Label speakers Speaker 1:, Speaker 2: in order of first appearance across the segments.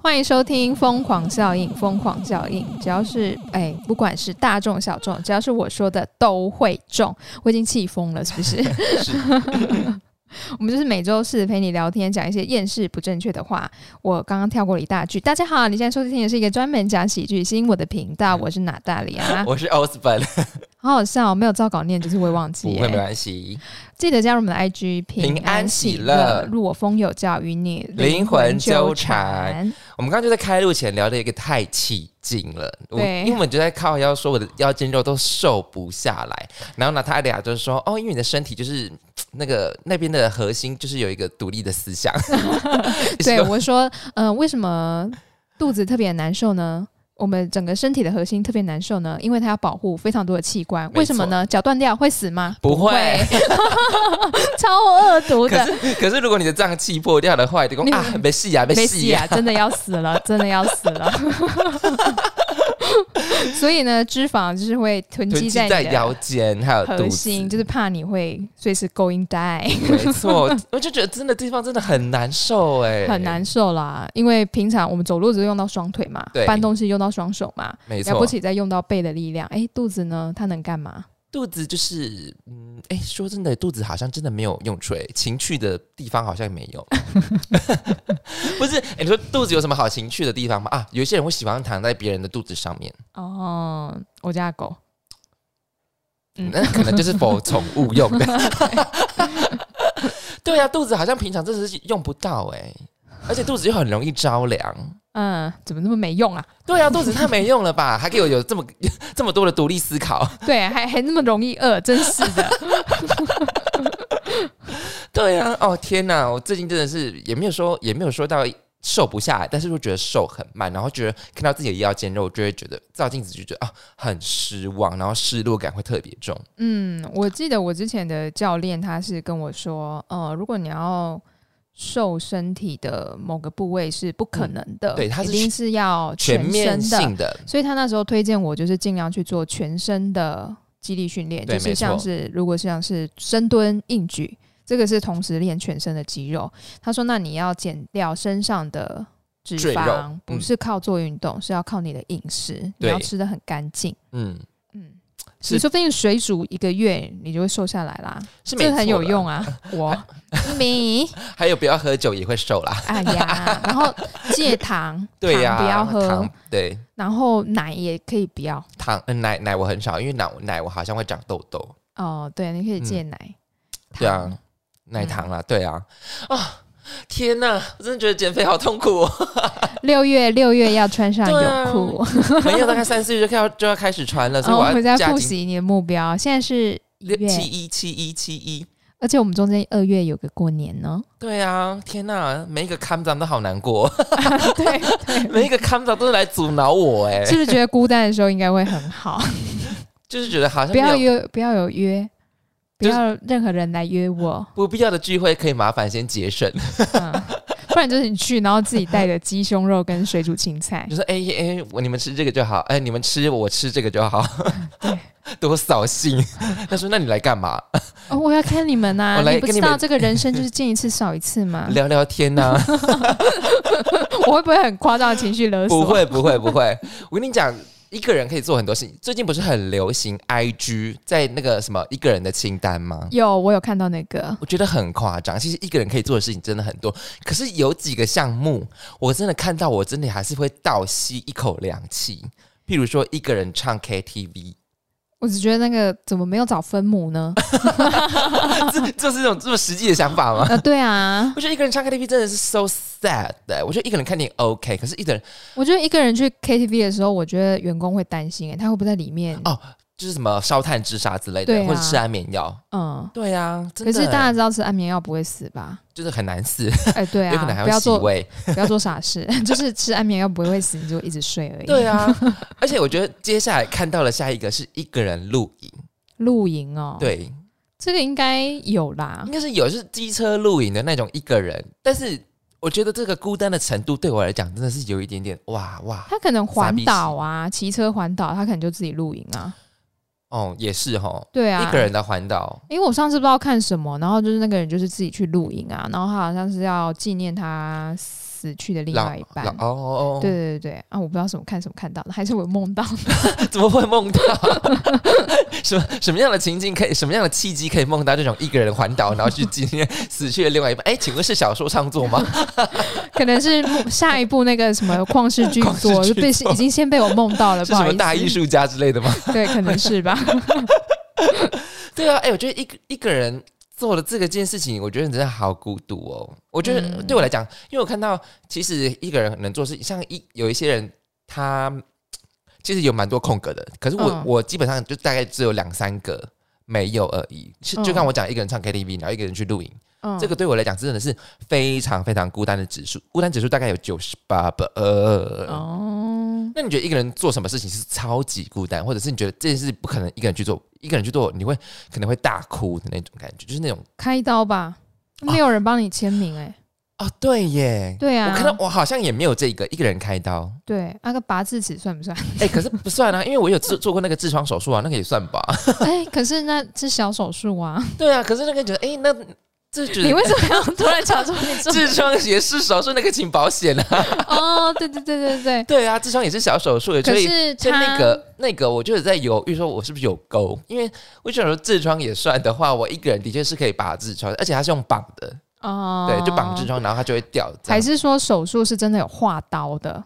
Speaker 1: 欢迎收听《疯狂效应》，疯狂效应，只要是哎，不管是大众小众，只要是我说的都会中。我已经气疯了，是不是？
Speaker 2: 是
Speaker 1: 我们就是每周四陪你聊天，讲一些厌世不正确的话。我刚刚跳过了一大句。大家好，你现在收听的是一个专门讲喜剧新闻的频道，我是哪大里啊？
Speaker 2: 嗯 我是 Osborn，
Speaker 1: 好好笑、哦，没有照稿念，就是会忘记
Speaker 2: 不
Speaker 1: 耶、
Speaker 2: 会没关系。
Speaker 1: 记得加入我们的 IG，
Speaker 2: 平安喜
Speaker 1: 乐
Speaker 2: 乐，
Speaker 1: 入我风有教，与你
Speaker 2: 灵魂纠缠
Speaker 1: 缠。
Speaker 2: 我们刚刚就在开录前聊的一个太起劲了，我
Speaker 1: 对
Speaker 2: 因为我们就在靠腰说我的腰间肉都瘦不下来，然后呢，他俩就说哦，因为你的身体就是嘖那个那边的核心就是有一个独立的 思想，
Speaker 1: 对我说，嗯、为什么肚子特别难受呢？我们整个身体的核心特别难受呢，因为它要保护非常多的器官。
Speaker 2: 错
Speaker 1: 为什么呢？脚断掉会死吗？
Speaker 2: 不会
Speaker 1: 超恶毒
Speaker 2: 可
Speaker 1: 的，
Speaker 2: 是 可是如果你的脏器破掉的话，就 讲
Speaker 1: 你
Speaker 2: 啊，没戏啊，
Speaker 1: 没
Speaker 2: 没
Speaker 1: 戏
Speaker 2: 戏
Speaker 1: 啊，
Speaker 2: 啊，
Speaker 1: 真的要死 了，真的要死了。 所以呢，脂肪就是会囤
Speaker 2: 囤
Speaker 1: 积
Speaker 2: 积
Speaker 1: 在
Speaker 2: 在
Speaker 1: 你的
Speaker 2: 腰间还有
Speaker 1: 核
Speaker 2: 肚
Speaker 1: 心，
Speaker 2: 子，
Speaker 1: 就是怕你会随时 going die。
Speaker 2: 没错，我就觉得真的地方真的很难受哎，
Speaker 1: 很，难受啦，因为平常我们走路只用到双腿嘛，
Speaker 2: 对
Speaker 1: 搬东西用到双手嘛，
Speaker 2: 没错，
Speaker 1: 了不起再用到背的力量。哎，肚子呢，它能干嘛？
Speaker 2: 肚子就是，嗯，哎、说真的，肚子好像真的没有用处、诶情趣的地方好像也没有。 不是，诶你说肚子有什么好情趣的地方吗？啊，有一些人会喜欢躺在别人的肚子上面，
Speaker 1: 哦，我家的狗，嗯
Speaker 2: 那可能就是否宠物用的。 对啊，肚子好像平常真的是用不到哎、而且肚子又很容易着凉。
Speaker 1: 嗯，怎么那么没用啊？
Speaker 2: 对啊，肚子太没用了吧？还给我有这么 这么多的独立思考。
Speaker 1: 对，还还那么容易饿，真是的。
Speaker 2: 对啊，哦天哪！我最近真的是也没有说也没有说到瘦不下来，但是会觉得瘦很慢，然后觉得看到自己的腰间肉，就会觉得照镜子就觉得啊很失望，然后失落感会特别重。
Speaker 1: 嗯，我记得我之前的教练他是跟我说，呃，如果你要瘦身体的某个部位是不可能的，
Speaker 2: 嗯对它是
Speaker 1: 一定是要
Speaker 2: 全面
Speaker 1: 身的，
Speaker 2: 性的，
Speaker 1: 所以他那时候推荐我就是尽量去做全身的肌力训练，
Speaker 2: 对
Speaker 1: 就是
Speaker 2: 没错
Speaker 1: 像是如果像是深蹲、硬举，这个是同时练全身的肌肉。他说，那你要减掉身上的脂
Speaker 2: 赘肉
Speaker 1: 肪
Speaker 2: 嗯，
Speaker 1: 不是靠做运动，是要靠你的饮食，你
Speaker 2: 对
Speaker 1: 要吃的很干净。
Speaker 2: 嗯，
Speaker 1: 嗯，
Speaker 2: 是
Speaker 1: 你说不定水煮一个月，你就会瘦下来啦，
Speaker 2: 是没
Speaker 1: 这
Speaker 2: 错
Speaker 1: 很有用
Speaker 2: 啊。
Speaker 1: 啊。我你
Speaker 2: 还有不要喝酒也会瘦啦，
Speaker 1: 哎呀，然后戒糖，
Speaker 2: 对呀、
Speaker 1: 糖不要喝
Speaker 2: 糖，对
Speaker 1: 然后奶也可以不要。
Speaker 2: 糖、呃奶奶我很少，因为奶奶我好像会长痘痘，
Speaker 1: 哦，对，你可以戒奶。
Speaker 2: 嗯对
Speaker 1: 糖嗯
Speaker 2: 啊，奶糖啦，对啊，啊。天呐，我真的觉得减肥好痛 苦哦！
Speaker 1: 六月六月要穿上
Speaker 2: 对啊
Speaker 1: 泳裤，
Speaker 2: 没有，大概三四月就要就要开始穿了，所
Speaker 1: 然后
Speaker 2: 以我
Speaker 1: 我
Speaker 2: 要
Speaker 1: 们在
Speaker 2: 加
Speaker 1: 哦复
Speaker 2: 紧
Speaker 1: 习你的目标。现在是一
Speaker 2: 六七
Speaker 1: 月，
Speaker 2: 一七一七一，
Speaker 1: 而且我们中间二月有个过年 呢。
Speaker 2: 对啊，天哪，每一个看长都好难过，
Speaker 1: 对，
Speaker 2: 每一个看长都是来阻挠我哎、
Speaker 1: 是不是觉得孤单的时候应该会很好？
Speaker 2: 就是觉得好像
Speaker 1: 不
Speaker 2: 没
Speaker 1: 要
Speaker 2: 有
Speaker 1: 约，不要有约，不
Speaker 2: 就是
Speaker 1: 要任何人来约我，
Speaker 2: 不必要的聚会可以麻烦先节省，
Speaker 1: 嗯，不然就是你去，然后自己带着鸡胸肉跟水煮青菜
Speaker 2: 就。说哎哎，我你们吃这个就好，哎、你们吃我吃这个就好，
Speaker 1: 对，
Speaker 2: 多扫兴。他说那你来干嘛？
Speaker 1: 哦，我要看你们呐、
Speaker 2: 我来
Speaker 1: 你不
Speaker 2: 跟
Speaker 1: 知
Speaker 2: 你
Speaker 1: 道
Speaker 2: 们？
Speaker 1: 这个人生就是见一次少一次吗
Speaker 2: 聊聊天啊 呐、
Speaker 1: 我会不会很夸张的情绪勒索？
Speaker 2: 不，会不会不会，我跟你讲。一个人可以做很多事情。最近不是很流行 IG 在那个什么一个人的清单吗？
Speaker 1: 有我有看到那个，
Speaker 2: 我觉得很夸张。其实一个人可以做的事情真的很多，可是有几个项目，我真的看到我真的还是会倒吸一口凉气。譬如说，一个人唱 KTV，
Speaker 1: 我只觉得那个怎么没有找分母呢？
Speaker 2: 这这是一种这么实际的想法吗？
Speaker 1: 啊，对啊，
Speaker 2: 我觉得一个人唱 KTV 真的是 so sad 的、我觉得一个人看电影 OK，可是一个人
Speaker 1: 我觉得一个人去 KTV 的时候，我觉得员工会担心、欸，他会不会在里面？
Speaker 2: 哦就是什么烧炭自杀之类的，
Speaker 1: 对啊
Speaker 2: 或者吃安眠药。
Speaker 1: 嗯，
Speaker 2: 对啊，真
Speaker 1: 可
Speaker 2: 的
Speaker 1: 是大家知道吃安眠药不会死吧？
Speaker 2: 就是很难死，
Speaker 1: 哎、对
Speaker 2: 有可
Speaker 1: 啊，
Speaker 2: 能还
Speaker 1: 不
Speaker 2: 会
Speaker 1: 要
Speaker 2: 洗
Speaker 1: 做
Speaker 2: 胃。
Speaker 1: 不要做傻事，就是吃安眠药不会死，你就一直睡而已。
Speaker 2: 对啊，而且我觉得接下来看到了下一个是一个人露营，
Speaker 1: 露营哦，，
Speaker 2: 对，
Speaker 1: 这个应该有啦
Speaker 2: 应。该是有是机车露营的那种一个人，但是我觉得这个孤单的程度对我来讲真的是有一点点哇哇
Speaker 1: 他可能环岛啊，骑车环岛，他可能就自己露营啊。
Speaker 2: 哦，也是哈，
Speaker 1: 对啊，
Speaker 2: 一个人的环岛，
Speaker 1: 因为我上次不知道看什么，然后就是那个人就是自己去露营啊，然后他好像是要纪念他死去的另
Speaker 2: 老
Speaker 1: 外一半
Speaker 2: 老。哦哦，哦
Speaker 1: 对，对对对啊！我不知道什么看什么看到的，还是我梦到的
Speaker 2: 怎么会梦到？ 什么什么样的情境可以，什么样的契机可以梦到这种一个人环岛，然后去纪念死去的另外一半？哎，请问是小说创 作吗？
Speaker 1: 可能是梦下一部那个什么旷世巨
Speaker 2: 旷世
Speaker 1: 作，
Speaker 2: 巨
Speaker 1: 就被
Speaker 2: 作
Speaker 1: 已经先被我梦到了，
Speaker 2: 是
Speaker 1: 不好
Speaker 2: 什
Speaker 1: 意
Speaker 2: 么
Speaker 1: 思，
Speaker 2: 大艺术家之类的吗？
Speaker 1: 对，可能是 吧。
Speaker 2: 对啊，哎、我觉得一个一个人做了这个件事情，我觉得你真的好孤独哦。我觉得
Speaker 1: 嗯
Speaker 2: 对我来讲，因为我看到其实一个人能做事，像一有一些人他其实有蛮多空格的，可是我、
Speaker 1: 嗯
Speaker 2: 我基本上就大概只有两三个。没有而已，是就
Speaker 1: 嗯
Speaker 2: 像我讲，一个人唱 KTV，然后一个人去露营，
Speaker 1: 嗯，
Speaker 2: 这个对我来讲真的是非常非常孤单的指数，孤单指数大概有九十八吧。呃，
Speaker 1: 哦，
Speaker 2: 那你觉得一个人做什么事情是超级孤单，或者是你觉得这件事不可能一个人去做，一个人去做你会可能会大哭的那种感觉，就是那种
Speaker 1: 开刀吧，
Speaker 2: 啊
Speaker 1: 没有人帮你签名哎、
Speaker 2: 哦，对耶，
Speaker 1: 对啊，
Speaker 2: 我看到我好像也没有这个一个人开刀，
Speaker 1: 对啊那个拔智齿算不 算？
Speaker 2: 哎、可是不算啊，因为我有做做过那个痔疮手术啊，那个也算吧。
Speaker 1: 哎、可是那是小手术啊，
Speaker 2: 对啊，可是那个觉得，哎、那这觉
Speaker 1: 你
Speaker 2: 得
Speaker 1: 为什么要突然讲出你做？
Speaker 2: 痔疮也 是手术，那个请保险啊。
Speaker 1: 哦，对对对对对，
Speaker 2: 对啊，痔疮也是小手术，所
Speaker 1: 可
Speaker 2: 以
Speaker 1: 是
Speaker 2: 就
Speaker 1: 他
Speaker 2: 那个那个，我就是在犹豫说，我是不是有沟？因为我就想说，痔疮也算的话，我一个人的确是可以拔痔疮，而且它是用绑的，
Speaker 1: 哦，
Speaker 2: 对，就绑痔疮，然后它就会掉。这样
Speaker 1: 还是说手术是真的有划刀的？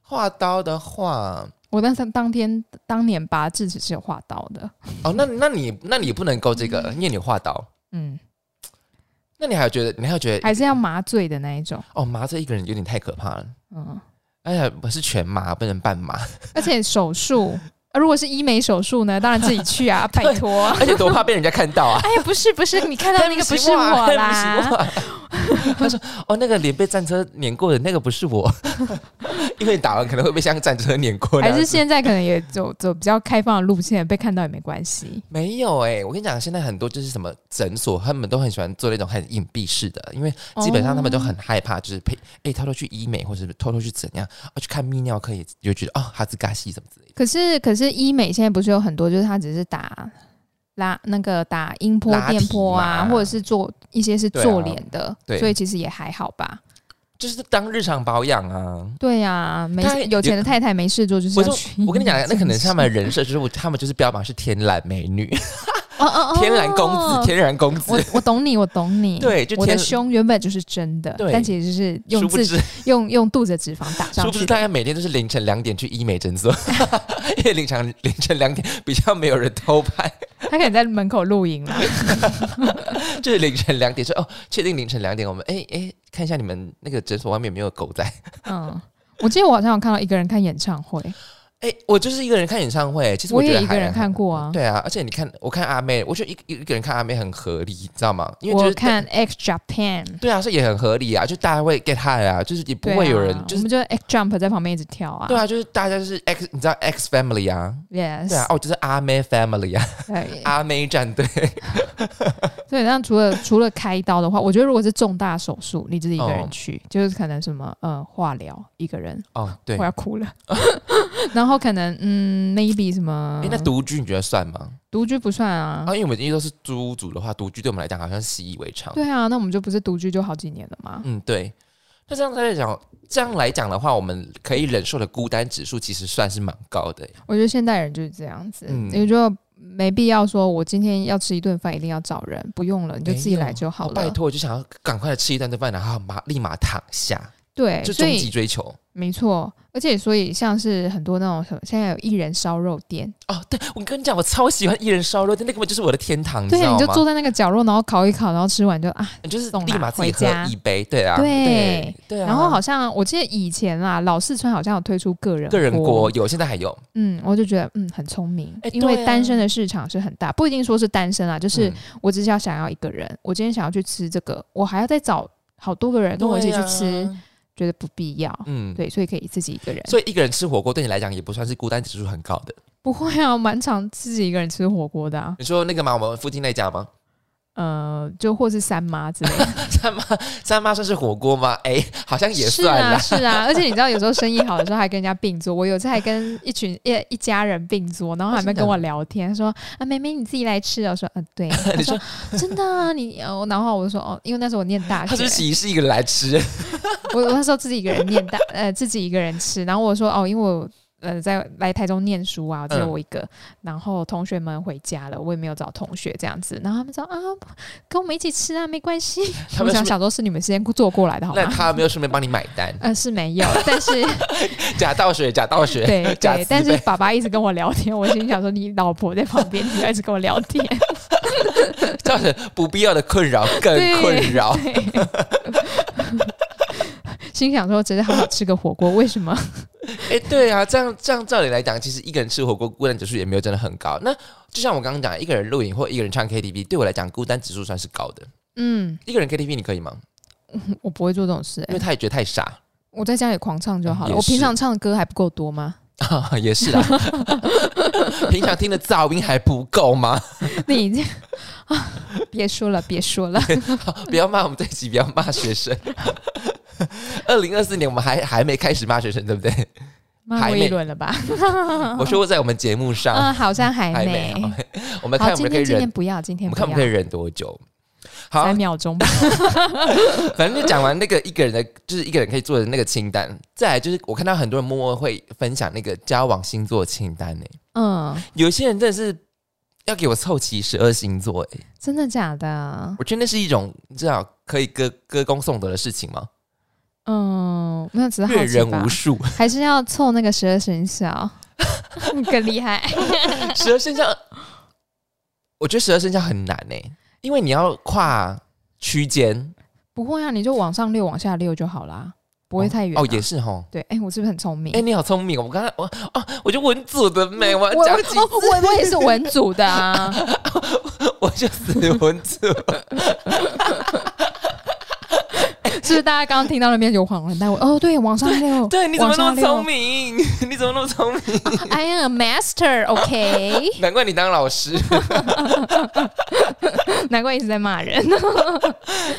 Speaker 2: 划刀的话，
Speaker 1: 我当时当天当年拔智齿是有划刀的，
Speaker 2: 哦，那那你那你不能够这个，因为你划刀，
Speaker 1: 嗯，
Speaker 2: 那你还有觉得你还有觉得
Speaker 1: 还是要麻醉的那一种，
Speaker 2: 哦，麻醉一个人有点太可怕了，
Speaker 1: 嗯，
Speaker 2: 而且不是全麻，不能半 麻，
Speaker 1: 而且手术。啊如果是医美手术呢，当然自己去 啊，拜托。
Speaker 2: 而且多怕被人家看到 啊。
Speaker 1: 哎呀，不是不是，你看到那个不是我 啦，
Speaker 2: 啊他说：“哦，那个脸被战车碾过的那个不是我， 因为打完可能会被像战车碾过
Speaker 1: 还
Speaker 2: 那样子。
Speaker 1: 是现在可能也走走比较开放的路线，被看到也没关系。
Speaker 2: 没有哎、我跟你讲，现在很多就是什么诊所，他们都很喜欢做那种很隐蔽式的，因为
Speaker 1: 哦
Speaker 2: 基本上他们都很害怕，就是呸，哎、偷偷去医美或者是偷偷去怎样，啊，去看泌尿科也就觉得哦，哈兹嘎西什么之类的。
Speaker 1: 可是可是医美现在不是有很多，就是它只是打拉那个打音波
Speaker 2: 拉、提
Speaker 1: 电波啊，
Speaker 2: 嘛
Speaker 1: 或者是做一些是
Speaker 2: 对啊
Speaker 1: 做脸的，
Speaker 2: 对
Speaker 1: 所以其实也还好吧。
Speaker 2: 就是当日常保养啊，
Speaker 1: 对呀、啊，没
Speaker 2: 当然
Speaker 1: 有钱的太太没事做就是
Speaker 2: 我
Speaker 1: 要
Speaker 2: 说
Speaker 1: 去。
Speaker 2: 我跟你讲，那可能是他们的人设就是我，他们就是标榜是天然美女、
Speaker 1: 哦哦哦，
Speaker 2: 天然公子、天然公
Speaker 1: 我
Speaker 2: 子，
Speaker 1: 我懂你，我懂你。
Speaker 2: 对就
Speaker 1: 我的
Speaker 2: 天
Speaker 1: 胸原本就是真的，
Speaker 2: 对
Speaker 1: 但其实是
Speaker 2: 殊
Speaker 1: 用
Speaker 2: 不
Speaker 1: 自
Speaker 2: 知
Speaker 1: 己用用肚子的脂肪打
Speaker 2: 殊
Speaker 1: 上
Speaker 2: 不知
Speaker 1: 去
Speaker 2: 大
Speaker 1: 的。
Speaker 2: 家每天都是凌晨两点去医美诊所， 因为凌晨凌晨两点比较没有人偷拍，
Speaker 1: 他可能在门口露营 啦。
Speaker 2: 就是凌晨两点说哦，确定凌晨两点，我们哎哎看一下你们那个诊所外面有没有狗在。
Speaker 1: 嗯，我记得我好像有看到一个人看演唱会，
Speaker 2: 哎，我就是一个人看演唱会，其实
Speaker 1: 我
Speaker 2: 觉得
Speaker 1: 也一个
Speaker 2: 还
Speaker 1: 人看。过啊。
Speaker 2: 对啊，而且你看，我看阿妹，我觉得一一一个人看阿妹很合理，你知道吗？因为就
Speaker 1: 我
Speaker 2: 是
Speaker 1: 看 X Japan，
Speaker 2: 对啊，所以也很合理啊，就大家会 get high 啊，就是也不
Speaker 1: 对
Speaker 2: 会有
Speaker 1: 啊
Speaker 2: 人就
Speaker 1: 我
Speaker 2: 是
Speaker 1: 们就 X Jump 在旁边一直跳啊。
Speaker 2: 对啊，就是大家就是 X，你知道 X Family 啊？
Speaker 1: Yes，
Speaker 2: 对啊，哦，就是阿妹 Family 啊，
Speaker 1: 对
Speaker 2: 阿妹战 队。
Speaker 1: 对，那除了除了开刀的话，我觉得如果是重大手术，你自己一个
Speaker 2: 哦
Speaker 1: 人去，就是可能什么呃化疗一个人，
Speaker 2: 哦，对
Speaker 1: 我。要哭了。 然后可能嗯，maybe 什么
Speaker 2: 哎，那独居你觉得算吗？
Speaker 1: 独居不算啊
Speaker 2: 啊，因。为我们因为都是租屋族的话，独居对我们来讲好像习以为常。
Speaker 1: 对啊，那我们就不是独居就好几年了嘛。
Speaker 2: 嗯，对。那这样来讲，这样来讲的话，我们可以忍受的孤单指数其实算是蛮高的。
Speaker 1: 我觉得现代人就是这样子，
Speaker 2: 嗯
Speaker 1: 也就没必要说我今天要吃一顿饭一定要找人，不用了，你就自己
Speaker 2: 没有
Speaker 1: 来就好
Speaker 2: 哦拜
Speaker 1: 了。
Speaker 2: 托，我就想要赶快吃一顿饭，然后马立马躺下，
Speaker 1: 对，
Speaker 2: 就
Speaker 1: 哎所
Speaker 2: 终极
Speaker 1: 以
Speaker 2: 追求。
Speaker 1: 没错，而且所以像是很多那种什么，现在有一人烧肉店，
Speaker 2: 哦，对，我跟你讲，我超喜欢一人烧肉，那根本就是我的天嗯堂，你知
Speaker 1: 对，
Speaker 2: 道
Speaker 1: 你
Speaker 2: 吗？
Speaker 1: 就坐在那个角落，然后烤一烤，然后吃完就啊。
Speaker 2: 你就是
Speaker 1: 送
Speaker 2: 立
Speaker 1: 啦
Speaker 2: 马自
Speaker 1: 回
Speaker 2: 己
Speaker 1: 家
Speaker 2: 喝一杯，对啊，
Speaker 1: 对
Speaker 2: 对对啊。
Speaker 1: 然后好像我记得以前啦，老四川好像有推出个人
Speaker 2: 个人锅有，现在还有，
Speaker 1: 嗯，我就觉得嗯很聪明，
Speaker 2: 哎
Speaker 1: 因
Speaker 2: 对
Speaker 1: 为
Speaker 2: 啊
Speaker 1: 单身的市场是很大，不一定说是单身啊，就是
Speaker 2: 嗯
Speaker 1: 我只是要想要一个人，我今天想要去吃这个，我还要再找好多个人跟我一起去吃，
Speaker 2: 对啊
Speaker 1: 觉得不必要。
Speaker 2: 嗯，
Speaker 1: 对，所以可以自己一个人。
Speaker 2: 所以一个人吃火锅对你来讲也不算是孤单指数很高的。
Speaker 1: 不会啊，我蛮常自己一个人吃火锅的啊。
Speaker 2: 你说那个嘛，我们附近那家吗？
Speaker 1: 呃，就或是三妈之类的，
Speaker 2: 三妈三妈算是火锅吗？哎、好像也
Speaker 1: 是
Speaker 2: 算啦。
Speaker 1: 啊，是 啊。而且你知道，有时候生意好的时候还跟人家并桌。我有次还跟一群一一家人并桌，然后还没
Speaker 2: 哦真的
Speaker 1: 跟我聊天，说啊，妹妹你自己来吃哦。我说嗯、 对。他说真的啊，你哦，然后我就说哦，因为那时候我念大
Speaker 2: 他是
Speaker 1: 学
Speaker 2: 不，是其实是一个人来吃？
Speaker 1: 我我那时候自己一个人念大，呃，自己一个人吃。然后我说哦，因为我呃在来台中念书啊，只有
Speaker 2: 嗯
Speaker 1: 我一个。然后同学们回家了，我也没有找同学这样子。然后他们说啊，跟我们一起吃啊，没关系。
Speaker 2: 他
Speaker 1: 我
Speaker 2: 们是
Speaker 1: 想
Speaker 2: 不是
Speaker 1: 想说，是你们先做过来的好
Speaker 2: 那
Speaker 1: 吗？
Speaker 2: 他有没有顺便帮你买单？
Speaker 1: 呃，是没有，但是
Speaker 2: 假倒水，假倒 水，
Speaker 1: 对
Speaker 2: 假
Speaker 1: 对
Speaker 2: 自，
Speaker 1: 但是
Speaker 2: 卑
Speaker 1: 爸爸一直跟我聊天，我心想说你老婆在旁边，你要一直跟我聊天，
Speaker 2: 造成不必要的困扰，
Speaker 1: 对
Speaker 2: 更困扰。
Speaker 1: 对心想说只是好好吃个火锅，为什么？
Speaker 2: 哎、对啊，这样这样照理来讲，其实一个人吃火锅孤单指数也没有真的很高。那就像我刚刚讲，一个人录影或一个人唱 KTV，对我来讲孤单指数算是高的。
Speaker 1: 嗯，
Speaker 2: 一个人 KTV 你可以吗？
Speaker 1: 我不会做这种事、
Speaker 2: 因
Speaker 1: 欸，
Speaker 2: 为他也觉得太傻
Speaker 1: 我在家里狂唱就好了。
Speaker 2: 也
Speaker 1: 我平
Speaker 2: 是
Speaker 1: 常唱的歌还不够多吗？
Speaker 2: 啊，也是啦。 平常听的噪音还不够吗？
Speaker 1: 你这啊，别说了，别说了，
Speaker 2: 不要骂我们这一集，不要骂学生。二零二四年我们还还没开始骂学生，对不对？
Speaker 1: 骂
Speaker 2: 还
Speaker 1: 我一
Speaker 2: 没
Speaker 1: 轮了吧？
Speaker 2: 我说过在我们节目上、
Speaker 1: 嗯，好像还
Speaker 2: 还
Speaker 1: 没
Speaker 2: 没。好， 我们看
Speaker 1: 好，
Speaker 2: 我
Speaker 1: 今
Speaker 2: 们可
Speaker 1: 天
Speaker 2: 以
Speaker 1: 今
Speaker 2: 忍
Speaker 1: 天不要，今
Speaker 2: 我
Speaker 1: 天
Speaker 2: 们
Speaker 1: 不
Speaker 2: 看我们可以
Speaker 1: 要，
Speaker 2: 忍多久。好
Speaker 1: 三，秒钟吧。
Speaker 2: 反正就讲完那个一个人的， 就是一个人可以做的那个清单。再来就是，我看到很多人默默会分享那个交往星座清单呢、
Speaker 1: 嗯，
Speaker 2: 有些人真的是要给我凑齐十二星座哎、
Speaker 1: 真的假的？
Speaker 2: 我觉得那是一种你知道可以歌歌功颂德的事情吗？
Speaker 1: 嗯，没有，只是好
Speaker 2: 阅
Speaker 1: 奇
Speaker 2: 人
Speaker 1: 吧
Speaker 2: 无。数，
Speaker 1: 还是要凑那个十二生肖 更厉害。
Speaker 2: 十二生肖，我觉得十二生肖很难哎、因为你要跨区间，
Speaker 1: 不会啊，你就往上溜，往下溜就好啦，不会太远啊、
Speaker 2: 哦，也是吼。
Speaker 1: 对，哎、我是不是很聪明？
Speaker 2: 哎、你好聪明！哦！我刚才我啊，我就文组的美，我
Speaker 1: 我
Speaker 2: 要
Speaker 1: 我
Speaker 2: 讲几
Speaker 1: 哦我我也是文组的啊，
Speaker 2: 我就是文 组。
Speaker 1: 是不是大家刚刚听到那边有恍然大悟？哦，对，往上溜，
Speaker 2: 对，你怎么那
Speaker 1: 往
Speaker 2: 么
Speaker 1: 上溜
Speaker 2: 聪明？ 你怎么那么聪明？
Speaker 1: ？I am a master，OK，、
Speaker 2: 难怪你当 老师。
Speaker 1: 难怪一直在骂 人。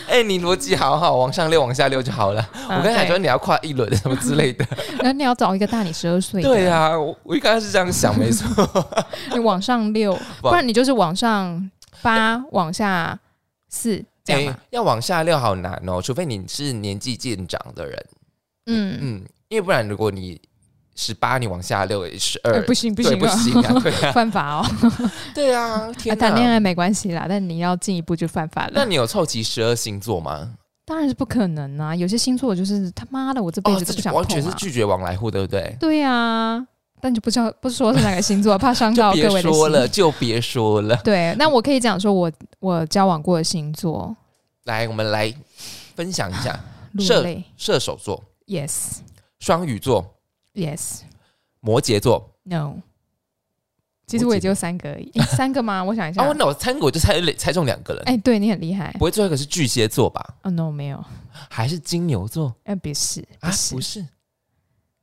Speaker 2: 哎、你逻辑好好，往上溜，往下溜就好了。
Speaker 1: 嗯
Speaker 2: 我刚才想说你要跨一轮 什么之类的。
Speaker 1: 然后你要找一个大你十二岁的，嗯
Speaker 2: 对啊，我我一开始是这样想，没错。
Speaker 1: 你往上溜，不然你就是往上八，往下四，这样啊
Speaker 2: 哎
Speaker 1: 嘛？
Speaker 2: 要往下溜好难哦，除非你是年纪渐长的人。
Speaker 1: 嗯嗯，
Speaker 2: 嗯，因为不然如果你十八，你往下溜十
Speaker 1: 哎
Speaker 2: 二，
Speaker 1: 不行不
Speaker 2: 对
Speaker 1: 行
Speaker 2: 不行啊，对啊，
Speaker 1: 犯法哦。
Speaker 2: 对啊，
Speaker 1: 啊
Speaker 2: 天
Speaker 1: 谈恋
Speaker 2: 哪！
Speaker 1: 爱没关系啦，但你要进一步就犯法
Speaker 2: 那
Speaker 1: 了。
Speaker 2: 你有凑齐十二星座吗？
Speaker 1: 当然是不可能啊！有些星座我就是他妈的，我这辈
Speaker 2: 哦，
Speaker 1: 子都不
Speaker 2: 这
Speaker 1: 想
Speaker 2: 完全
Speaker 1: 碰
Speaker 2: 是
Speaker 1: 啊。
Speaker 2: 拒绝往来户，对不对？
Speaker 1: 对啊，但就不知道不说是哪个星 座，怕伤到哦各
Speaker 2: 别
Speaker 1: 位的
Speaker 2: 说了，
Speaker 1: 心。
Speaker 2: 就别说了。
Speaker 1: 对，那我可以讲说我我交往过的星座，
Speaker 2: 来，我们来分享一下
Speaker 1: 陆
Speaker 2: 射
Speaker 1: 类
Speaker 2: 射手座、
Speaker 1: ，yes
Speaker 2: 双鱼座、
Speaker 1: yes
Speaker 2: 摩羯座。
Speaker 1: no。其实我也只有三个而已，诶三个吗？我想一下。
Speaker 2: 哦，那我猜我就猜猜中两个人，
Speaker 1: 哎，对你很厉害
Speaker 2: 不。会最后一个是巨蟹座吧？
Speaker 1: 哦 no 没有，
Speaker 2: 还是金牛座
Speaker 1: 哎不是
Speaker 2: 啊
Speaker 1: 不？是
Speaker 2: 不，是，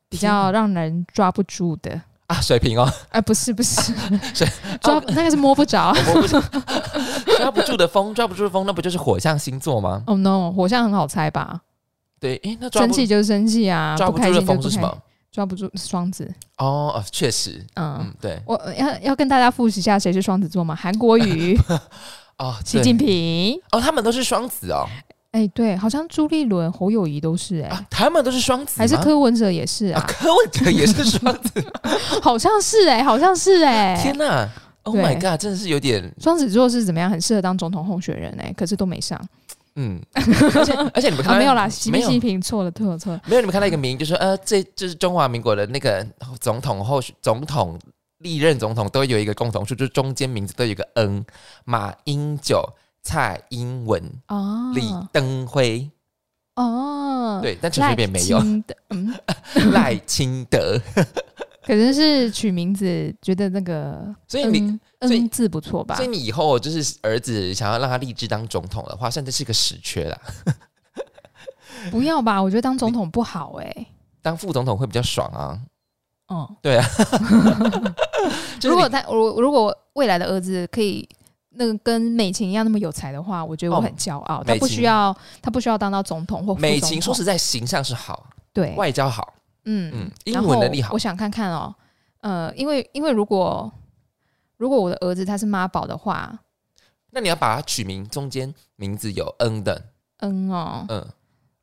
Speaker 1: 比较让人抓不住的。
Speaker 2: 啊，水瓶哦，
Speaker 1: 哎不是不是
Speaker 2: 所，哦
Speaker 1: 抓那个是摸不着。
Speaker 2: 我不是 抓不住的风，抓不住的风，那不就是火象星座吗？
Speaker 1: 哦 no，火象很好猜吧？
Speaker 2: 对，诶，那抓
Speaker 1: 生
Speaker 2: 不
Speaker 1: 气就是生气啊，
Speaker 2: 抓
Speaker 1: 不
Speaker 2: 不
Speaker 1: 开
Speaker 2: 住
Speaker 1: 心
Speaker 2: 的
Speaker 1: 就不
Speaker 2: 风是
Speaker 1: 开
Speaker 2: 什
Speaker 1: 心，
Speaker 2: 么？
Speaker 1: 抓不住双子。
Speaker 2: 哦，哦确实，
Speaker 1: 嗯，
Speaker 2: 嗯，对，
Speaker 1: 我呃要要跟大家复习一下谁是双子座吗？韩国 瑜、
Speaker 2: 哦，
Speaker 1: 习
Speaker 2: 对
Speaker 1: 近平。
Speaker 2: 哦，他们都是双子哦，
Speaker 1: 哎，对，好像朱立伦、侯友谊都是哎。
Speaker 2: 啊，他们都是双子吗，
Speaker 1: 还是柯文哲也是啊，
Speaker 2: 啊，柯文哲也是 双子，
Speaker 1: 好像是哎、好像是哎、
Speaker 2: 天哪！Oh
Speaker 1: 对
Speaker 2: my god，真的是有点，
Speaker 1: 双子座是怎么样？很适合当总统候选人哎、可是都没上
Speaker 2: 嗯，而且而且你们看
Speaker 1: 啊，
Speaker 2: 到
Speaker 1: 没有啦，习
Speaker 2: 没
Speaker 1: 近
Speaker 2: 有。
Speaker 1: 平错了，错了，错了。
Speaker 2: 没有，你们看到一个名，就说呃，这就是中华民国的那个总统候选总统历任总统都有一个共同数，就是中间名字都有一个 N，马英九、蔡英文、
Speaker 1: 哦，
Speaker 2: 李登辉，
Speaker 1: 哦，
Speaker 2: 对，但陈水扁没有
Speaker 1: 赖，清德嗯，
Speaker 2: 赖清德，
Speaker 1: 可能是取名字觉得那 个
Speaker 2: 所以你。
Speaker 1: 嗯
Speaker 2: 所以
Speaker 1: 嗯字不错吧
Speaker 2: 所以？你以后就是儿子想要让他立志当总统的话，现在是个死缺啦。
Speaker 1: 不要吧，我觉得当总统不好哎、
Speaker 2: 当副总统会比较爽啊。
Speaker 1: 嗯，
Speaker 2: 对啊，就是
Speaker 1: 如果
Speaker 2: 你
Speaker 1: 他我如果未来的儿子可以。那个跟美琴一样那么有才的话，我觉得我
Speaker 2: 哦
Speaker 1: 很骄傲。他
Speaker 2: 美
Speaker 1: 不
Speaker 2: 琴
Speaker 1: 需要，他不需要当到总统或哦副
Speaker 2: 美
Speaker 1: 总
Speaker 2: 琴说
Speaker 1: 统
Speaker 2: 实在形象是好，
Speaker 1: 对，
Speaker 2: 外交好，
Speaker 1: 嗯
Speaker 2: 嗯，英
Speaker 1: 然后
Speaker 2: 文能力好
Speaker 1: 我，想看看哦，呃，因为因为如果如果我的儿子他是妈宝的话，
Speaker 2: 那你要把它取名中间名字有嗯的
Speaker 1: 嗯哦，
Speaker 2: 嗯，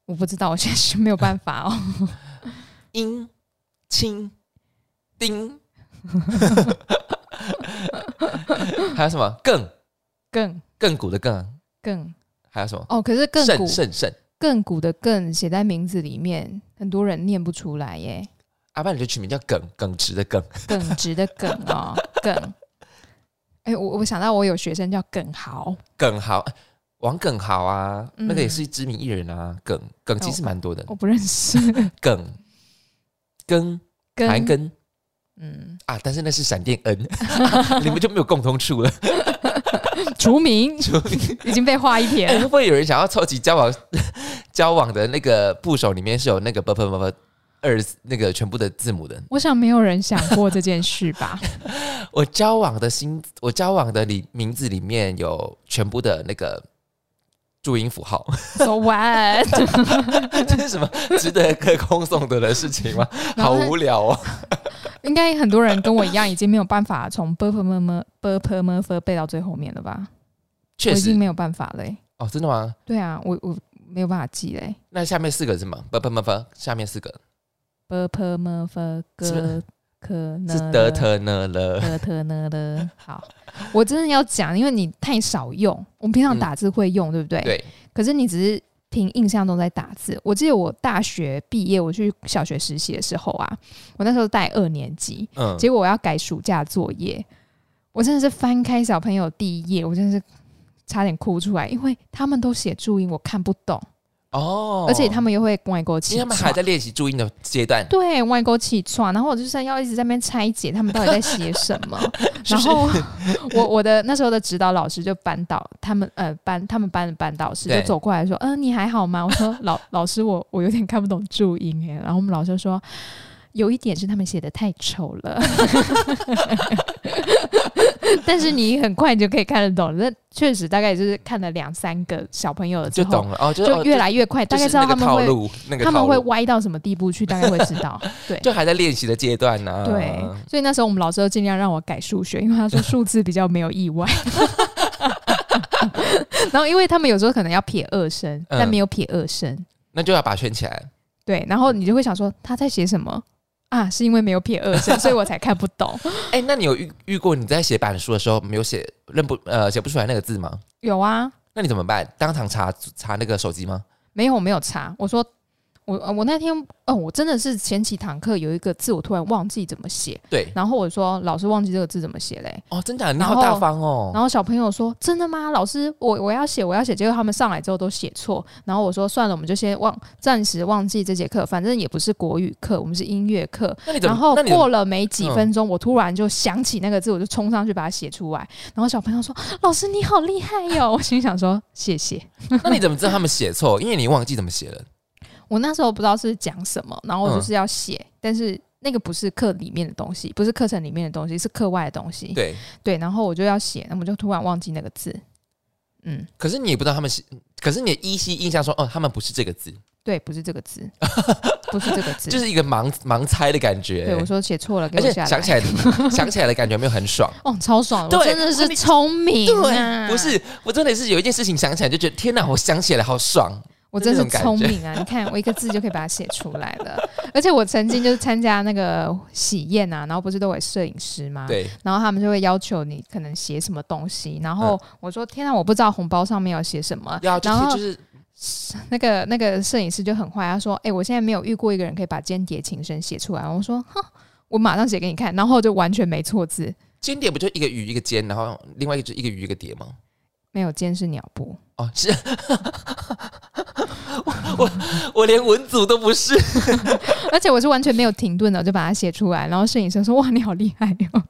Speaker 1: 我不知道，我现在是没有办法哦。
Speaker 2: 英清丁， 还有什么更
Speaker 1: 更
Speaker 2: 亘古的更，
Speaker 1: 更
Speaker 2: 还有什么
Speaker 1: 哦，可是亘
Speaker 2: 圣
Speaker 1: 古
Speaker 2: 圣圣
Speaker 1: 亘古的亘写在名字里面，很多人念不出来耶。
Speaker 2: 阿爸，不然你就取名叫耿耿直的耿，
Speaker 1: 耿直的耿 哦，耿。哎，我我想到我有学生叫耿豪，
Speaker 2: 耿豪，哎王耿豪啊，
Speaker 1: 嗯哦
Speaker 2: 那个也是知名艺人啊，耿耿其实蛮多的，
Speaker 1: 我不认识。
Speaker 2: 耿根
Speaker 1: 耿，
Speaker 2: 韩根
Speaker 1: 嗯，
Speaker 2: 啊，但是那是闪电 恩，你们就没有共同处了。
Speaker 1: 除 名已经被划一撇
Speaker 2: 哎、
Speaker 1: 了。
Speaker 2: 会不会有人想要凑齐交往 交往的那个部首里面是有那个 b b b 二那个全部的字母的？
Speaker 1: 我想没有人想过这件事吧？
Speaker 2: 我交往的心，我交往的里名字里面有全部的那个注音符号，
Speaker 1: So what？
Speaker 2: 这是 什么值得歌功颂德的事情吗？
Speaker 1: 然
Speaker 2: 好
Speaker 1: 后
Speaker 2: 无聊哦。
Speaker 1: 应该很多人跟我一样，已经没有办法从 b p m m b p m f 背到最后面了吧？我
Speaker 2: 确
Speaker 1: 已经
Speaker 2: 实
Speaker 1: 没有办法嘞、
Speaker 2: 哦，真的吗？
Speaker 1: 对啊，我我没有办法记嘞、
Speaker 2: 那下面四个是什么？不不不不，下面四个
Speaker 1: b p m f
Speaker 2: 是不
Speaker 1: 哥可
Speaker 2: 是
Speaker 1: 呢
Speaker 2: 德特呢了。
Speaker 1: 得特呢的。好，我真的要讲，因为你太少用。我们平常
Speaker 2: 嗯
Speaker 1: 打字会用，对不对？。
Speaker 2: 对，
Speaker 1: 可是你只是凭印象中在打字。我记得我大学毕业，我去小学实习的时候啊，我那时候带二年级，
Speaker 2: 嗯，
Speaker 1: 结果我要改暑假作业，我真的是翻开小朋友第一页，我真的是差点哭出来，因为他们都写注音，我看不懂，
Speaker 2: 哦，
Speaker 1: 而且他们又会外国
Speaker 2: 因
Speaker 1: 气
Speaker 2: 为他们还
Speaker 1: 喘，
Speaker 2: 在练习注音的阶段，
Speaker 1: 对外国气喘，然后我就是要一直在那边拆解他们到底在写什么，
Speaker 2: 是
Speaker 1: 然
Speaker 2: 不是
Speaker 1: 后我我的那时候的指导老师就班导他们呃班他们班的班导师就
Speaker 2: 对
Speaker 1: 走过来说，嗯、你还好吗？我说老老师我我有点看不懂注音耶，然后我们老师就说。有一点是他们写的太丑了， 但是你很快就可以看得懂。那确实大概就是看了两三个小朋友了之
Speaker 2: 就
Speaker 1: 后，
Speaker 2: 懂了哦，就
Speaker 1: 就越来越快，大概知道他们
Speaker 2: 套
Speaker 1: 会
Speaker 2: 路，那个
Speaker 1: 他
Speaker 2: 套
Speaker 1: 们
Speaker 2: 路
Speaker 1: 会歪到什么地步去，大概会知道。对，
Speaker 2: 就还在练习的阶段啊呢、
Speaker 1: 对，所以那时候我们老师都尽量让我改数学，因为他说数字比较没有意外。 然后，因为他们有时候可能要撇二声，
Speaker 2: 嗯
Speaker 1: 但没有撇二声，
Speaker 2: 那就要把它圈起来。
Speaker 1: 对，然后你就会想说他在写什么啊？是因为没有撇二声，所以我才看不懂。
Speaker 2: 哎、那你有遇遇过你在写板书的时候没有写认不呃写不出来那个字吗？
Speaker 1: 有啊，
Speaker 2: 那你怎么办？当场查查那个手机吗？
Speaker 1: 没有，我没有查。我说我呃我那天哦，我真的是前几堂课有一个字我突然忘记怎么写，
Speaker 2: 对，
Speaker 1: 然后我说老师忘记这个字怎么写嘞，
Speaker 2: 哦，真的，你
Speaker 1: 然后
Speaker 2: 好大方哦。
Speaker 1: 然后小朋友说：“真的吗，老师？我我要写，我要写。”结果他们上来之后都写错。然后我说：“算了，我们就先忘，暂时忘记这节课，反正也不是国语课，我们是音乐课。”
Speaker 2: 那你怎
Speaker 1: 然
Speaker 2: 么？
Speaker 1: 后
Speaker 2: 那你怎么嗯
Speaker 1: 过了没几分钟，我突然就想起那个字，我就冲上去把它写出来。然后小朋友说：“老师你好厉害 哟！”我心想说：“谢谢。
Speaker 2: 那你怎么知道他们写错？因为你忘记怎 么写了。”
Speaker 1: 我那时候不知道是讲什么，然后我
Speaker 2: 嗯
Speaker 1: 就是要写，但是那个不是课里面的东西，不是课程里面的东西，是课外的东西。
Speaker 2: 对，
Speaker 1: 对，然后我就要写，那我就突然忘记那个字。嗯。
Speaker 2: 可是你也不知道他们写，可是你也依稀印象说，哦，他们不是这个字，
Speaker 1: 对，不是这个 字，不是这个字，
Speaker 2: 就是一个盲盲猜的感觉。
Speaker 1: 对我说写错了，给
Speaker 2: 而
Speaker 1: 我
Speaker 2: 且
Speaker 1: 下来。
Speaker 2: 想起来， 想起来的感觉有没有很爽。
Speaker 1: 哦，超爽的，我
Speaker 2: 对
Speaker 1: 真的是聪明啊！
Speaker 2: 不，是，我真的是有一件事情想起来就觉得天哪，我想起来了好爽。
Speaker 1: 我真是
Speaker 2: 那种感
Speaker 1: 聪明啊！你看，我一个字就可以把它写出来了。而且我曾经就是参加那个喜宴啊，然后不是都有摄影师吗？。
Speaker 2: 对，
Speaker 1: 然后他们就会要求你可能写什么东西，然后我说天啊，我不知道红包上面要写什么。
Speaker 2: 嗯啊要就
Speaker 1: 然
Speaker 2: 是
Speaker 1: 后
Speaker 2: 就是
Speaker 1: 那个那个摄影师就很坏，他说：“哎、我现在没有遇过一个人可以把《间谍情深》写出来。”我说：“哼，我马上写给你看。”然后就完全没错字，
Speaker 2: 尖点不就一个鱼一个尖，然后另外一个就是一个鱼一个碟吗？
Speaker 1: 没有尖是鸟部。
Speaker 2: 哦，是， 我我我连文组都不是，
Speaker 1: 而且我是完全没有停顿的，我就把它写出来。然后摄影师说：“哇，你好厉害哦！”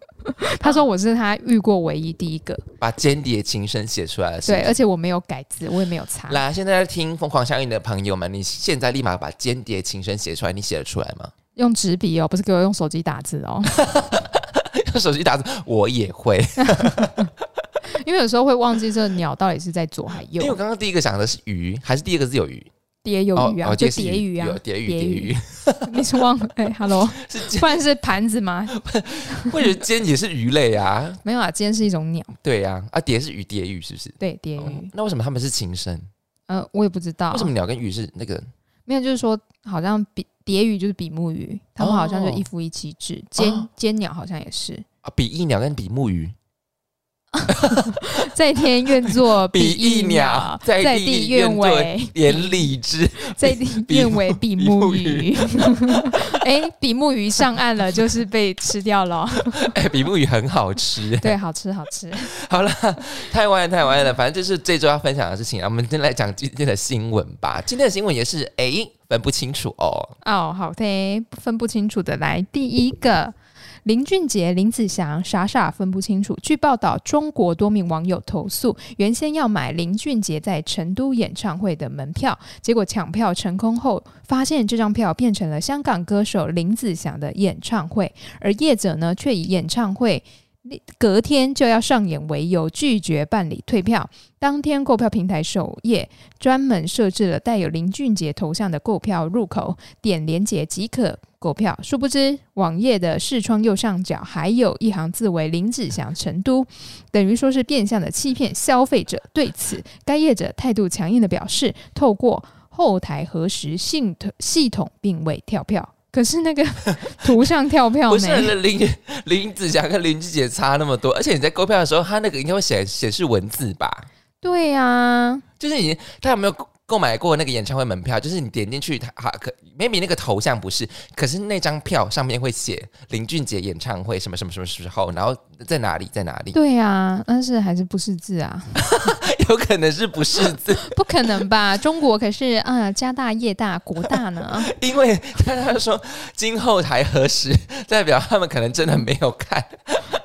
Speaker 1: 他说：“我是他遇过唯一第一个，
Speaker 2: 把间谍情深写出来了。是
Speaker 1: 对，
Speaker 2: 不是
Speaker 1: 而且我没有改字，我也没有擦。
Speaker 2: 来，现在在听《疯狂效应》的朋友们，你现在立马把《间谍情深》写出来，你写得出来吗？
Speaker 1: 用纸笔哦，不是给我用手机打字哦，
Speaker 2: 用手机打字，我也会。
Speaker 1: 因为有时候会忘记这个鸟到底是在左还
Speaker 2: 因为我
Speaker 1: 右。
Speaker 2: 刚刚第一个想的是鱼，还是第二个字有鱼？
Speaker 1: 蝶有鱼啊，
Speaker 2: 哦，
Speaker 1: 就
Speaker 2: 蝶是
Speaker 1: 蝶鱼啊
Speaker 2: 有，蝶鱼，
Speaker 1: 蝶
Speaker 2: 蝶
Speaker 1: 鱼
Speaker 2: 鱼。
Speaker 1: 你是忘 了？哎、h e l l o
Speaker 2: 是
Speaker 1: 不然是盘子 吗？
Speaker 2: 我觉得煎也是鱼类啊，
Speaker 1: 没有啊，今天是一种鸟，
Speaker 2: 对呀、啊，蝶是鱼，蝶鱼是不是？
Speaker 1: 对，蝶
Speaker 2: 哦
Speaker 1: 鱼。
Speaker 2: 那为什么他们是亲生？
Speaker 1: 呃，我也不知道
Speaker 2: 为，什么鸟跟鱼是那个？
Speaker 1: 没有，就是说好像比蝶鱼就是比目鱼，它们好像就一夫一妻制，
Speaker 2: 哦
Speaker 1: 尖尖鸟好像也是。
Speaker 2: 啊，比翼鸟跟比目鱼，
Speaker 1: 在天愿作
Speaker 2: 比
Speaker 1: 翼
Speaker 2: 翼鸟在
Speaker 1: 在
Speaker 2: 地
Speaker 1: 地
Speaker 2: 愿
Speaker 1: 愿为，
Speaker 2: 连理枝，
Speaker 1: 在地
Speaker 2: 比
Speaker 1: 愿为比
Speaker 2: 比
Speaker 1: 目
Speaker 2: 目
Speaker 1: 鱼。 哎、比目鱼上岸了，就是被吃掉了 哦。
Speaker 2: 哎，比目鱼很好吃。
Speaker 1: 对，好吃好吃。
Speaker 2: 好了，太晚了，太晚了，反正这是这周要分享的事情啊。我们先来讲今天的新闻吧。今天的新闻也是哎分不清楚哦。
Speaker 1: 哦，好的，分不清楚的来。第一个，林俊杰、林子祥傻傻分不清楚。据报道，中国多名网友投诉，原先要买林俊杰在成都演唱会的门票，结果抢票成功后，发现这张票变成了香港歌手林子祥的演唱会，而业者呢却以演唱会。隔天就要上演为由，拒绝办理退票。当天购票平台首页专门设置了带有林俊杰头像的购票入口，点连接即可购票。殊不知，网页的视窗右上角还有一行字为“林志祥成都”，等于说是变相的欺骗消费者。对此，该业者态度强硬的表示，透过后台核实系统系统并未跳票。可是那个图上跳票
Speaker 2: 不
Speaker 1: 没
Speaker 2: 是林 林子祥跟林志杰差那么多，而且你在购票的时候，他那个应该会显显示文字吧？
Speaker 1: 对呀、
Speaker 2: 就是你他有没有购购买过那个演唱会门票？就是你点进去，他哈可 maybe 那个头像不是，可是那张票上面会写林俊杰演唱会什么什么什么时候，然后在哪里在哪里，
Speaker 1: 对呀、但是还是不识字 啊。
Speaker 2: 有可能是不识字，
Speaker 1: 不可能吧？中国可是啊、家大业大国大 呢。
Speaker 2: 因为他他说今后台核实，代表他们可能真的没有看，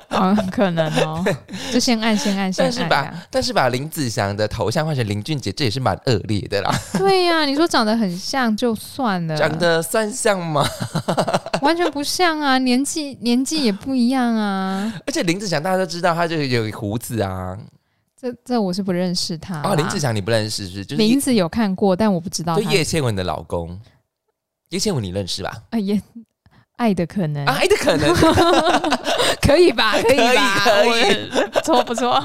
Speaker 1: 啊，可能哦，就先按先按啊先
Speaker 2: 但是
Speaker 1: 按
Speaker 2: 把
Speaker 1: 这样。
Speaker 2: 但是把林子祥的头像换成林俊杰，这也是蛮恶劣的啦，
Speaker 1: 对呀、你说长得很像就算了，
Speaker 2: 长得算像吗？
Speaker 1: 完全不像啊，年纪年纪也不一样啊。
Speaker 2: 而且林子祥大家都知道，他就是有胡子啊，
Speaker 1: 这这我是不认识他啦。
Speaker 2: 哦，林子祥你不认识是不是？就是
Speaker 1: 名字有看过，但我不知道
Speaker 2: 就
Speaker 1: 哦他。
Speaker 2: 叶倩文的老公，叶倩文你认识吧？
Speaker 1: 啊也爱的可能、
Speaker 2: 啊，哎，这 可能
Speaker 1: 可以吧？可以吧？
Speaker 2: 可以
Speaker 1: 我，不错不错。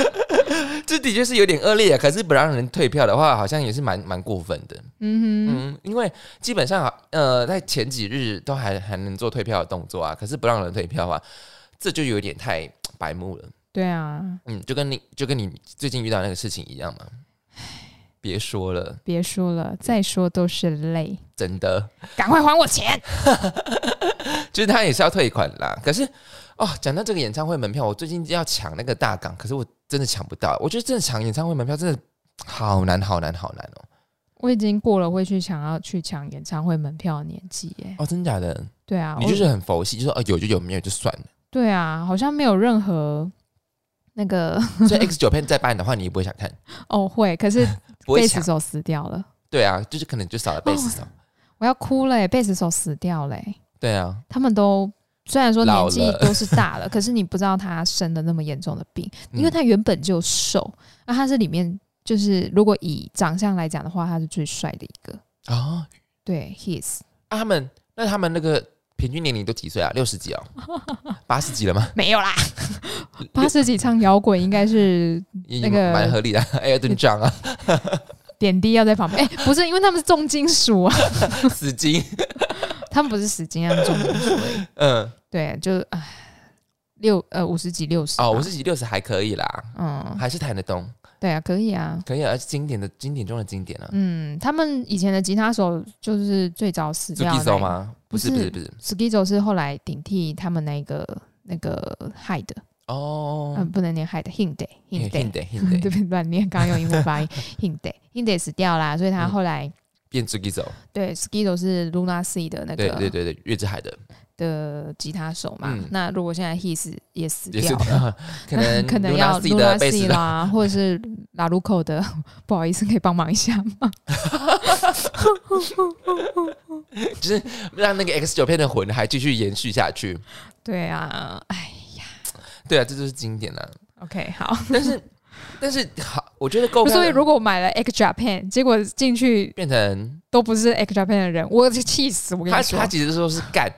Speaker 2: 这的确是有点恶劣啊。可是不让人退票的话，好像也是蛮蛮过分的。
Speaker 1: 嗯哼，
Speaker 2: 嗯，因为基本上呃，在前几日都还还能做退票的动作啊，可是不让人退票啊，这就有点太白目了。
Speaker 1: 对啊，
Speaker 2: 嗯，就跟你就跟你最近遇到那个事情一样嘛。别说了，
Speaker 1: 别说了，再说都是泪。
Speaker 2: 真的，
Speaker 1: 赶快还我钱！
Speaker 2: 就是他也是要退款啦。可是哦，讲到这个演唱会门票，我最近要抢那个大港，可是我真的抢不到。我觉得真的抢演唱会门票真的好难，好难，好难哦。
Speaker 1: 我已经过了会去想要去抢演唱会门票的年纪耶。
Speaker 2: 哦，真的假的？
Speaker 1: 对啊，
Speaker 2: 你
Speaker 1: 我
Speaker 2: 就是很佛系，就说哦有就有，没有就算了。
Speaker 1: 对啊，好像没有任何那个
Speaker 2: 所以 X 九片再办的话，你也不会想看，
Speaker 1: 哦会，可是
Speaker 2: 不
Speaker 1: 贝
Speaker 2: 会
Speaker 1: 斯
Speaker 2: 抢。
Speaker 1: 手死掉了，
Speaker 2: 对啊，就是可能就少
Speaker 1: 哦
Speaker 2: 了贝斯手。
Speaker 1: 我要哭了耶，贝斯手死掉了耶，
Speaker 2: 对啊，
Speaker 1: 他们都。虽然说年纪
Speaker 2: 老了
Speaker 1: 都是大 了，可是你不知道他生的那么严重的病，
Speaker 2: 嗯
Speaker 1: 因为他原本就瘦，那、他是里面就是如果以长相来讲的话，他是最帅的一个。
Speaker 2: 哦
Speaker 1: 对，his
Speaker 2: 啊，他们那他们那个平均年龄都几岁啊？六十 几哦，八十几了吗？
Speaker 1: 没有啦， 八十几唱摇滚应该是
Speaker 2: 也
Speaker 1: 那个
Speaker 2: 蛮合理的。哎呀，真 脏啊，
Speaker 1: 点滴要在旁边。哎、不是，因为他们是重金属啊，
Speaker 2: 死金。
Speaker 1: 他们不是死金，他们重金属而已。
Speaker 2: 嗯，
Speaker 1: 对，啊就唉，六呃五十几六十吧
Speaker 2: 哦，我自己六十还可以啦，
Speaker 1: 嗯，
Speaker 2: 还是弹得动，
Speaker 1: 对啊，可以啊。
Speaker 2: 可以啊，而且经典的经典中的经典啊。
Speaker 1: 嗯，他们以前的吉他手就是最早死
Speaker 2: 是
Speaker 1: 掉的
Speaker 2: g
Speaker 1: 那一
Speaker 2: i
Speaker 1: 个
Speaker 2: 吗？不是
Speaker 1: 不
Speaker 2: 不
Speaker 1: 是
Speaker 2: 是不是
Speaker 1: Schizo 是后来顶替他们那个那个 Hide，
Speaker 2: 哦
Speaker 1: 嗯、，不能念 Hide，Hinde，Hinde，Hinde
Speaker 2: 嘿得
Speaker 1: 嗯 对
Speaker 2: 嘿
Speaker 1: 不
Speaker 2: 得
Speaker 1: 起乱念，刚刚用英文发音 Hinde，Hinde 死掉啦，所以他
Speaker 2: 嗯
Speaker 1: 后来、
Speaker 2: 变 g i
Speaker 1: 对 Schizo 是 Luna C 的那
Speaker 2: 对
Speaker 1: 个
Speaker 2: 对对对，月之海 的
Speaker 1: 的吉他手嘛。
Speaker 2: 嗯
Speaker 1: 那如果现在 His 也死
Speaker 2: 也
Speaker 1: 掉
Speaker 2: 是
Speaker 1: 了，
Speaker 2: 可 能
Speaker 1: 可能
Speaker 2: Luna
Speaker 1: 要
Speaker 2: C 的
Speaker 1: Luna
Speaker 2: 贝
Speaker 1: C
Speaker 2: 斯的
Speaker 1: 啦，或者是拉鲁口的， 不好意思，可以帮忙一下吗？
Speaker 2: 让那个 X 九片的魂还继续延续下去。
Speaker 1: 对啊，哎
Speaker 2: 对啊，这就是经典啊。
Speaker 1: OK，好。
Speaker 2: 但 是但是好，我觉得购票
Speaker 1: 所以
Speaker 2: 的
Speaker 1: 如果我买了 Egg Japan，结果进去
Speaker 2: 变成
Speaker 1: 都不是 Egg Japan 的人，我气死！我跟
Speaker 2: 他
Speaker 1: 你说
Speaker 2: 他，其实说是干，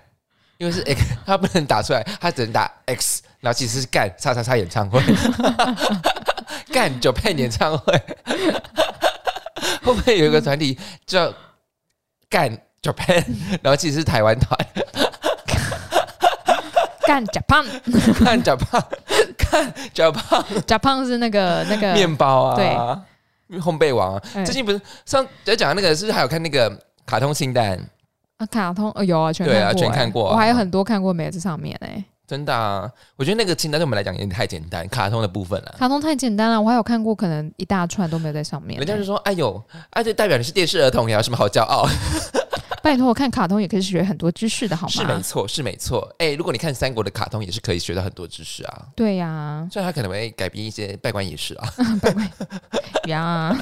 Speaker 2: 因为是 X，他不能打出来，他只能打 X，然后其实是干叉叉叉演唱会， 干 Japan 演唱会， 会不会有一个团体叫干 Japan，然后其实是台湾团，
Speaker 1: 干 Japan
Speaker 2: 干 Japan，干 Japan
Speaker 1: Japan 是那个那个
Speaker 2: 面包啊，对，烘焙王啊，
Speaker 1: 哎
Speaker 2: 最近不是上在讲那个是不是还有看那个卡通清单？
Speaker 1: 啊卡通，呃有啊，全
Speaker 2: 对啊
Speaker 1: 看过
Speaker 2: 全
Speaker 1: 欸
Speaker 2: 看过啊
Speaker 1: 我还有很多看过没有在上面哎，
Speaker 2: 真的啊，我觉得那个清单对我们来讲有点太简单，卡通的部分啊。
Speaker 1: 卡通太简单了，我还有看过可能一大串都没有在上面欸。
Speaker 2: 人家就说：“哎呦，哎，这代表你是电视儿童，你有什么好骄傲？
Speaker 1: 拜托，我看卡通也可以学很多知识的好
Speaker 2: 是没
Speaker 1: 吗？
Speaker 2: 错，是没错。哎，如果你看三国的卡通，也是可以学到很多知识啊。
Speaker 1: 对呀、
Speaker 2: 虽然它可能会改编一些拜官也是啊。
Speaker 1: 呀，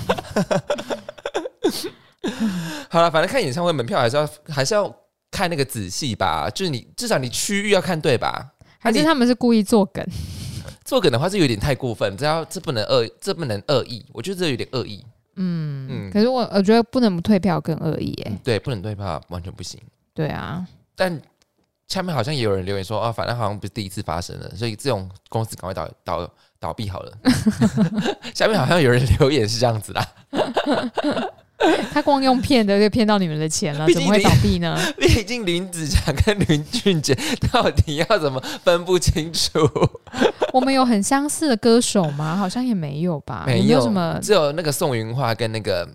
Speaker 2: 好了，反正看演唱会门票还是要还是要看那个仔细吧，就是你至少你区域要看对吧？
Speaker 1: 还是
Speaker 2: 你
Speaker 1: 他们是故意做梗？
Speaker 2: 做梗的话是有点太过分，这要这不能恶这不能恶意，我觉得这有点恶意。
Speaker 1: 嗯，
Speaker 2: 嗯
Speaker 1: 可是我我觉得不能退票更恶意耶、
Speaker 2: 对，不能对吧？完全不行。
Speaker 1: 对啊，
Speaker 2: 但下面好像也有人留言说啊，反正好像不是第一次发生了，所以这种公司赶快倒倒倒闭好了。 下面好像有人留言是这样子啦，
Speaker 1: 他光用骗的就骗到你们的钱了，
Speaker 2: 毕
Speaker 1: 怎
Speaker 2: 竟
Speaker 1: 么会倒闭呢？
Speaker 2: 毕竟林子祥跟林俊杰到底要怎么分不清 楚？
Speaker 1: 我们有很相似的歌手吗？好像也没有吧，
Speaker 2: 没
Speaker 1: 也啊有什么
Speaker 2: 只有那个宋云画跟那个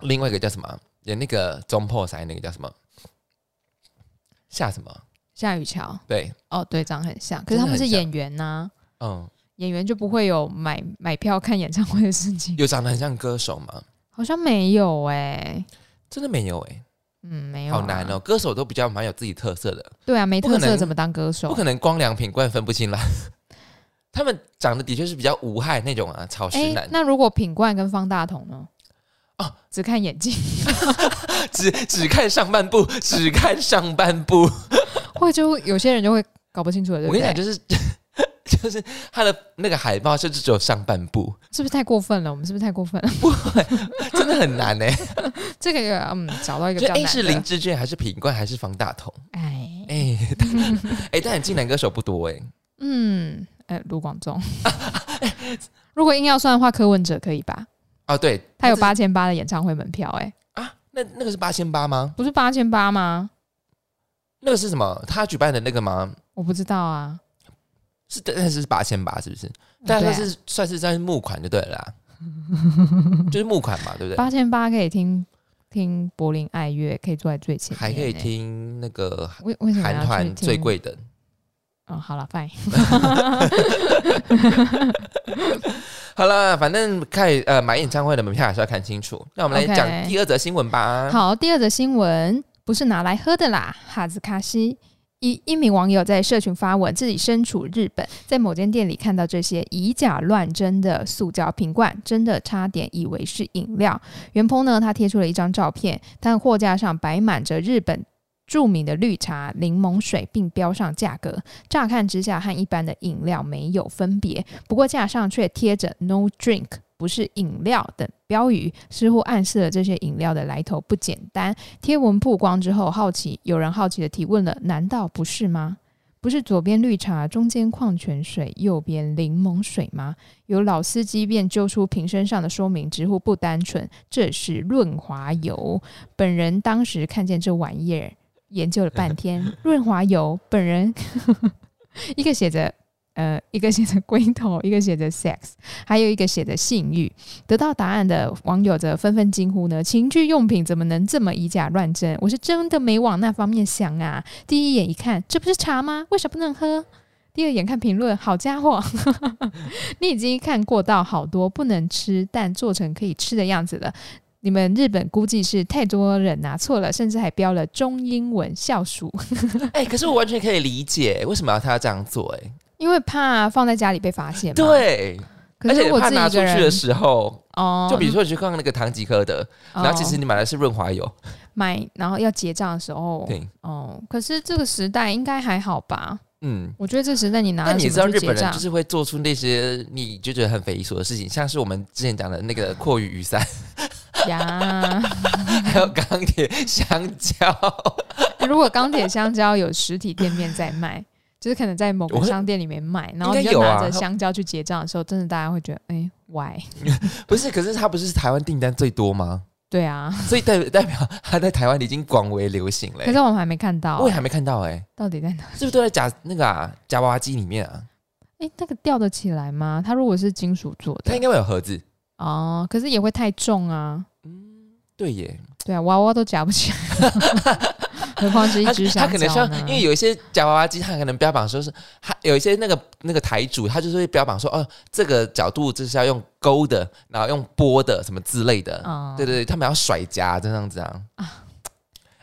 Speaker 2: 另外一个叫什么，啊演那个中破塞那个叫什么夏什么？
Speaker 1: 夏雨乔
Speaker 2: 对，
Speaker 1: 哦，对，长很像，可是他们是演员呐、
Speaker 2: 嗯，
Speaker 1: 演员就不会有买买票看演唱会的事 情，
Speaker 2: 有长得很像歌手吗？
Speaker 1: 好像没有哎、
Speaker 2: 真的没有哎、
Speaker 1: 嗯，没有、
Speaker 2: 好难哦！。歌手都比较蛮有自己特色的，
Speaker 1: 对啊，没
Speaker 2: 不可
Speaker 1: 特色
Speaker 2: 能
Speaker 1: 怎么当歌手
Speaker 2: 不？可能光良品冠分不清啦。 他们长得的确是比较无害那种啊，草食
Speaker 1: 哎、
Speaker 2: 男，
Speaker 1: 那如果品冠跟方大同呢？
Speaker 2: 哦
Speaker 1: 只看眼睛
Speaker 2: 只只看上半 部，只看上半部。
Speaker 1: 会就有些人就会搞不清楚了，对
Speaker 2: 我
Speaker 1: 不
Speaker 2: 跟
Speaker 1: 对？
Speaker 2: 你讲，就是 就是他的那个海报，甚至只有上半部，
Speaker 1: 是不是太过分了？我们是不是太过分 了？
Speaker 2: 真的 很难呢、欸
Speaker 1: 这个也嗯，找到一个比
Speaker 2: 就
Speaker 1: 较难
Speaker 2: 哎、
Speaker 1: 的。
Speaker 2: 是林志炫还是品冠还是方大同？
Speaker 1: 哎，
Speaker 2: 哎、哎、但进男歌手不多哎、
Speaker 1: 嗯，呃，卢广仲。如果硬要算的话，柯文哲可以吧？
Speaker 2: 哦，对，
Speaker 1: 他有
Speaker 2: 这
Speaker 1: 八千八的演唱会门票、哎，
Speaker 2: 啊？那那个是八千八吗？
Speaker 1: 不是八千八吗？
Speaker 2: 那个是什么？他举办的那个吗？
Speaker 1: 我不知道啊。
Speaker 2: 是，但是是八千八，是不是？但
Speaker 1: 对
Speaker 2: 算
Speaker 1: 啊
Speaker 2: 是、算是算是募款就对了 啦，就是募款嘛，对不对？
Speaker 1: 八千八可以听听柏林爱乐，可以坐在最前面、
Speaker 2: 还可以
Speaker 1: 哎。
Speaker 2: 听那个
Speaker 1: 为为什么要
Speaker 2: 韩
Speaker 1: 去听
Speaker 2: 团最贵的，
Speaker 1: 嗯，好了，fine。
Speaker 2: 好了，反正看呃买演唱会的门票还是要看清楚。那我们来
Speaker 1: OK
Speaker 2: 讲第二则新闻吧。
Speaker 1: 好，第二则新闻不是拿来喝的啦，哈兹卡西。一一名网友在社群发文，自己身处日本，在某间店里看到这些以假乱真的塑胶瓶罐，真的差点以为是饮料。袁鹏呢，他贴出了一张照片，但货架上摆满着日本著名的绿茶、柠檬水，并标上价格。乍看之下，和一般的饮料没有分别，不过架上却贴着 “No Drink”。不是饮料等标语，似乎暗示了这些饮料的来头不简单。贴文曝光之后，好奇有人好奇的提问了：难道不是吗？不是左边绿茶，中间矿泉水，右边柠檬水吗？有老司机便揪出瓶身上的说明，直呼不单纯，这是润滑油。本人当时看见这玩意儿，研究了半天，润滑油。本人 一个写着呃，一个写着龟头，一个写着 sex，还有一个写着性欲。得到答案的网友则纷纷惊呼呢：情趣用品怎么能这么以假乱真？我是真的没往那方面想啊！第一眼一看，这不是茶吗？为什么不能喝？第二眼看评论，好家伙， 你已经看过到好多不能吃但做成可以吃的样子了。你们日本估计是太多人拿错了，甚至还标了中英文校书，
Speaker 2: 哎、可是我完全可以理解为什么要他要这样做、哎，
Speaker 1: 因为怕放在家里被发现嘛。，
Speaker 2: 对，
Speaker 1: 可
Speaker 2: 而
Speaker 1: 是
Speaker 2: 且
Speaker 1: 我
Speaker 2: 怕
Speaker 1: 自己
Speaker 2: 拿
Speaker 1: 一
Speaker 2: 出
Speaker 1: 个
Speaker 2: 去的
Speaker 1: 人
Speaker 2: 时候，
Speaker 1: 哦，
Speaker 2: 就比如说你去看那个唐吉诃德，
Speaker 1: 哦
Speaker 2: 然后其实你买的是润滑油，
Speaker 1: 买，然后要结账的时候，哦
Speaker 2: 对，
Speaker 1: 哦，可是这个时代应该还好吧？
Speaker 2: 嗯。
Speaker 1: 我觉得这时在你拿
Speaker 2: 那
Speaker 1: 了
Speaker 2: 你
Speaker 1: 什
Speaker 2: 知道
Speaker 1: 么去
Speaker 2: 日
Speaker 1: 结
Speaker 2: 本人
Speaker 1: 账
Speaker 2: 就？是会做出那些你就觉得很匪夷所思的事情，像是我们之前讲的那个阔鱼雨伞，
Speaker 1: 呀，
Speaker 2: 还有钢铁香蕉。
Speaker 1: 如果钢铁香蕉有实体店面在卖，就是可能在某
Speaker 2: 我
Speaker 1: 个
Speaker 2: 会
Speaker 1: 商店里面卖，然后
Speaker 2: 应
Speaker 1: 你
Speaker 2: 该
Speaker 1: 就
Speaker 2: 有
Speaker 1: 拿
Speaker 2: 啊
Speaker 1: 着香蕉去结账的时候，真的大家会觉得，哎，why？
Speaker 2: 不是，可是它不是台湾订单最多吗？
Speaker 1: 对 啊，
Speaker 2: 所以代代表它在台湾已经广为流行了、
Speaker 1: 可是我哦们还没看到啊
Speaker 2: 我，也还没看到哎、
Speaker 1: 到底在哪？
Speaker 2: 是不是都在假那个啊夹娃娃机里面啊？
Speaker 1: 哎，那个吊得起来吗？它如果是金属做
Speaker 2: 它
Speaker 1: 的
Speaker 2: 应，该会有盒子。
Speaker 1: 哦，可是也会太重啊。
Speaker 2: 嗯，对耶，
Speaker 1: 对啊，娃娃都夹不 起来，何况是一
Speaker 2: 它
Speaker 1: 只香
Speaker 2: 它可能
Speaker 1: 蕉
Speaker 2: 像
Speaker 1: 呢？
Speaker 2: 因为有一些夹娃娃机，它可能标榜说是它有一些那个那个台主，他就是会标榜说哦，这个角度就是要用勾的，然后用拨的什么之类的。
Speaker 1: 啊
Speaker 2: 对对对，他们要甩夹这样子啊。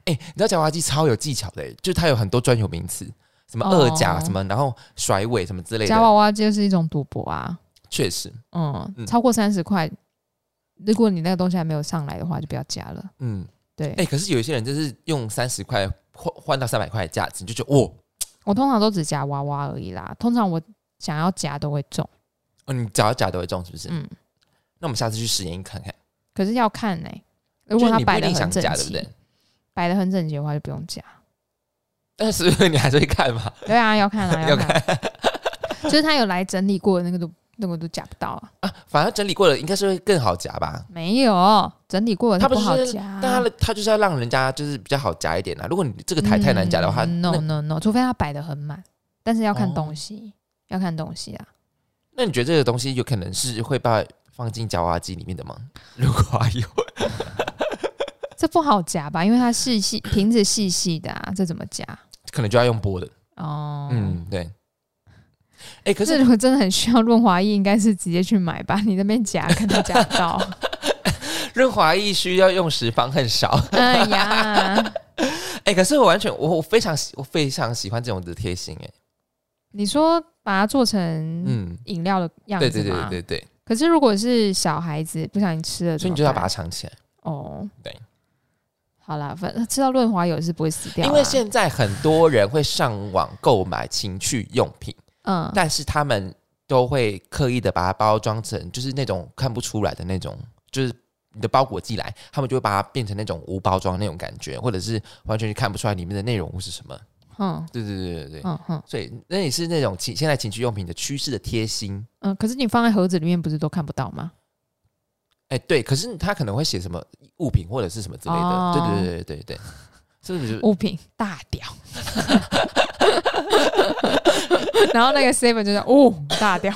Speaker 2: 哎、你知道夹娃娃机超有技巧的耶，就是它有很多专有名词，什么二夹、
Speaker 1: 哦
Speaker 2: 什么，然后甩尾什么之类
Speaker 1: 夹
Speaker 2: 的。
Speaker 1: 娃娃就是一种赌博啊。
Speaker 2: 确实，
Speaker 1: 嗯，
Speaker 2: 嗯
Speaker 1: 超过三十块，如果你那个东西还没有上来的话，就不要加了。
Speaker 2: 嗯，
Speaker 1: 对
Speaker 2: 哎、可是有一些人就是用三十块换换到三百块的价值，你就觉得哦。
Speaker 1: 我通常都只夹娃娃而已啦，通常我想要夹都会中，
Speaker 2: 哦，你只要夹都会中，是不是？
Speaker 1: 嗯，
Speaker 2: 那我们下次去实验看看。
Speaker 1: 可是要看呢、如果
Speaker 2: 就是
Speaker 1: 它
Speaker 2: 你不
Speaker 1: 摆
Speaker 2: 一
Speaker 1: 的
Speaker 2: 定想
Speaker 1: 很整
Speaker 2: 夹，对不
Speaker 1: 齐
Speaker 2: 对，？
Speaker 1: 摆的很整齐的话就不用夹。
Speaker 2: 但是 你还是会看嘛？
Speaker 1: 对啊，要看 啊，
Speaker 2: 要
Speaker 1: 要看。就是他有来整理过的那个都那个都夹不到啊，
Speaker 2: 啊，反正整理过了，应该是会更好夹吧。
Speaker 1: 没有整理过的
Speaker 2: 它
Speaker 1: 不
Speaker 2: 不
Speaker 1: 好
Speaker 2: 是
Speaker 1: 夹啊。
Speaker 2: 但它的它就是要让人家就是比较好夹一点啊啦。如果你这个台太难夹的话，
Speaker 1: 嗯
Speaker 2: 那
Speaker 1: no no no，除非它摆的很满，但是要看
Speaker 2: 哦
Speaker 1: 东西，要看东西啊。
Speaker 2: 那你觉得这个东西有可能是会把放进夹娃娃机里面的吗？如果啊有，
Speaker 1: 这不好夹吧？因为它细细瓶子细细的啊，这怎么夹？
Speaker 2: 可能就要用拨的。
Speaker 1: 哦，
Speaker 2: 嗯，对。哎、可
Speaker 1: 可是
Speaker 2: 是
Speaker 1: 如果真的很需要润滑液，应该是直接去买吧。你那边夹可能夹不到。
Speaker 2: 润滑液需要用时方恨 少。
Speaker 1: 哎呀，
Speaker 2: 哎、可是我完全我我非常喜我非常喜欢这种的贴心哎、
Speaker 1: 你说把它做成
Speaker 2: 嗯，
Speaker 1: 饮料的样子
Speaker 2: 对
Speaker 1: 吗？
Speaker 2: 对对对对对，
Speaker 1: 可是如果是小孩子不小心吃了怎么办，
Speaker 2: 所以你就要把它藏起来。
Speaker 1: 哦，
Speaker 2: 对，
Speaker 1: 好啦，反正吃到润滑油是不会死掉啦，啊
Speaker 2: 因为现在很多人会上网购买情趣用品，
Speaker 1: 嗯，
Speaker 2: 但是他们都会刻意的把它包装成就是那种看不出来的那种，就是你的包裹寄来，他们就会把它变成那种无包装那种感觉，或者是完全看不出来里面的内容物是什么。
Speaker 1: 嗯
Speaker 2: 对对对对对。
Speaker 1: 嗯嗯
Speaker 2: 所以，那也是那种情现在情趣用品的趋势的贴心，
Speaker 1: 嗯，可是你放在盒子里面不是都看不到吗？
Speaker 2: 哎、对。可是他可能会写什么物品或者是什么之类的，
Speaker 1: 哦
Speaker 2: 对对对对对对，是不是就？
Speaker 1: 物品大屌， 然后那个 seven 就是哦大屌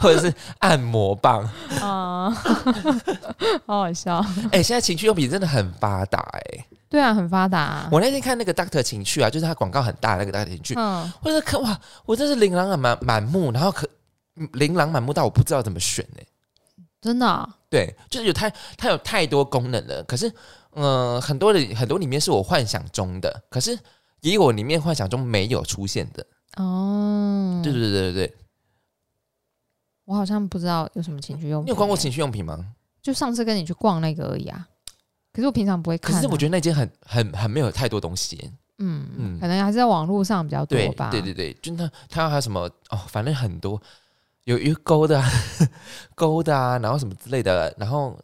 Speaker 2: 或者是按摩 棒？
Speaker 1: 啊， 好好笑，
Speaker 2: 哎、现在情趣用品真的很发达哎、
Speaker 1: 对啊，很发达、啊，
Speaker 2: 我那天看那个 Doctor 情趣啊，就是他广告很大那个 Doctor 情趣，
Speaker 1: 嗯，
Speaker 2: 我在看哇，我真是琳琅满满目，然后可嗯琳琅满目到我不知道怎么选呢、
Speaker 1: 真的啊、
Speaker 2: 对，就是有太它有太多功能了，可是嗯、呃很多的很多里面是我幻想中的，可是也有我里面幻想中没有出现的。
Speaker 1: 哦，
Speaker 2: 对对对对对，
Speaker 1: 我好像不知道有什么情趣用品，
Speaker 2: 你有逛过情趣用品吗？
Speaker 1: 就上次跟你去逛那个而已啊。可是我平常不会
Speaker 2: 可
Speaker 1: 看啊、
Speaker 2: 是我觉得那间很很很没有太多东西耶、
Speaker 1: 嗯嗯，
Speaker 2: 嗯
Speaker 1: 可能还是在网络上比较多
Speaker 2: 对
Speaker 1: 吧。
Speaker 2: 对对对，就他他还有什么哦，反正很多有有勾的、啊、 勾的啊，然后什么之类的，然后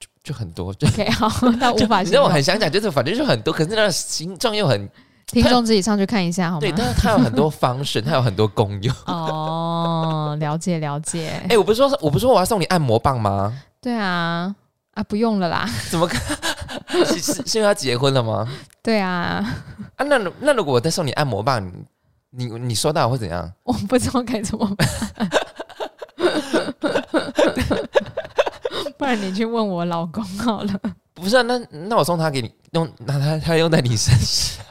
Speaker 2: 就就很多，就
Speaker 1: OK，好， 那无法
Speaker 2: 你
Speaker 1: 形
Speaker 2: 知道我
Speaker 1: 容。
Speaker 2: 很想讲，就是反正就很多，可是那形状又很
Speaker 1: 听众自己上去看一下好
Speaker 2: 对，
Speaker 1: 吗？
Speaker 2: 但是它有很多 方式，它有很多功用。
Speaker 1: 哦，了解了解
Speaker 2: 哎、。我不是说我不是说我要送你按摩棒吗？
Speaker 1: 对啊，啊，不用了啦。
Speaker 2: 怎么看？ 是是是因为他结婚了吗？
Speaker 1: 对啊，
Speaker 2: 啊，那如那如果我再送你按摩棒，你你你收到会怎样？
Speaker 1: 我不知道该怎么办。 不然你去问我老公好了。
Speaker 2: 不是、啊，那那我送它给你用，那它它用在你身上，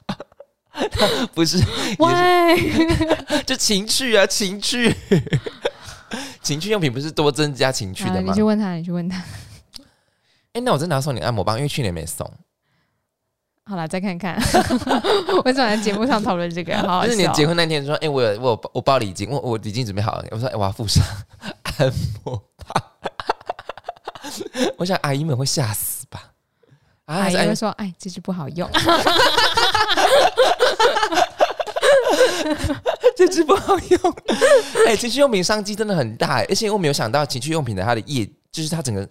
Speaker 2: 它不是
Speaker 1: 喂，
Speaker 2: 就情趣啊，情趣， 情趣用品不是多增加情趣
Speaker 1: 啊
Speaker 2: 的
Speaker 1: 你
Speaker 2: 吗
Speaker 1: 去？问他，你去问他。
Speaker 2: 哎、那我真的要送你按摩棒，因为去年没送，
Speaker 1: 好了，再看看。 为什么在节目上讨论这个？好好
Speaker 2: 就是你
Speaker 1: 笑。
Speaker 2: 结婚那天说，哎、我有我有我包里已经我我已经准备好了，我说、哎，我要附上按摩棒， 我想阿姨们会吓死吧？啊，
Speaker 1: 阿
Speaker 2: 还
Speaker 1: 姨
Speaker 2: 是阿姨
Speaker 1: 会说：“哎，这支不好用。”
Speaker 2: 好用。哎、情趣用品商机真的很大、哎而且我没有想到情趣用品的它的业，就是它整个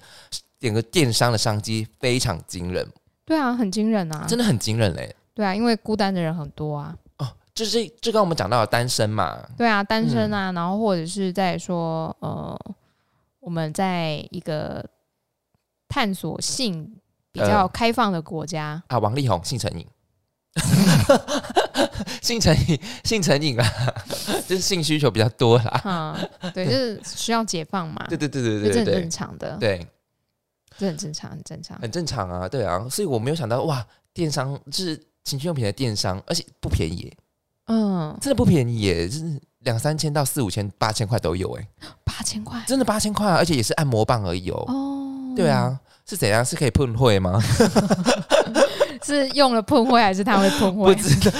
Speaker 2: 整个电商的商机非常惊人，
Speaker 1: 对啊，很惊人啊，
Speaker 2: 真的很惊人嘞、
Speaker 1: 对啊，因为孤单的人很多啊，
Speaker 2: 哦，就是就刚我们讲到的单身嘛，
Speaker 1: 对啊，单
Speaker 2: 嗯
Speaker 1: 身啊，然后或者是在说呃，我们在一个探索性比较
Speaker 2: 呃
Speaker 1: 开放的国家，
Speaker 2: 啊，王力宏性 成瘾，性成瘾，性成瘾啦， 就是性需求比较多啦。
Speaker 1: 嗯， 对，就是需要解放嘛，
Speaker 2: 对对对对
Speaker 1: 这
Speaker 2: 对
Speaker 1: 很
Speaker 2: 对
Speaker 1: 正常嗯的，
Speaker 2: 对，
Speaker 1: 这很正常，很正常。
Speaker 2: 很正常啊，对啊，所以我没有想到哇，电商就是情趣用品的电商，而且不便宜耶，呃
Speaker 1: 嗯，
Speaker 2: 真的不便宜耶，就是两三千到四五千、八千块都有哎，
Speaker 1: 八千块
Speaker 2: 真的八千块啊，而且也是按摩棒而已哦。
Speaker 1: 哦，
Speaker 2: 对，啊，是怎样？是可以碰会吗？
Speaker 1: 是用了喷灰还是他会喷
Speaker 2: 不
Speaker 1: 灰？
Speaker 2: 知 道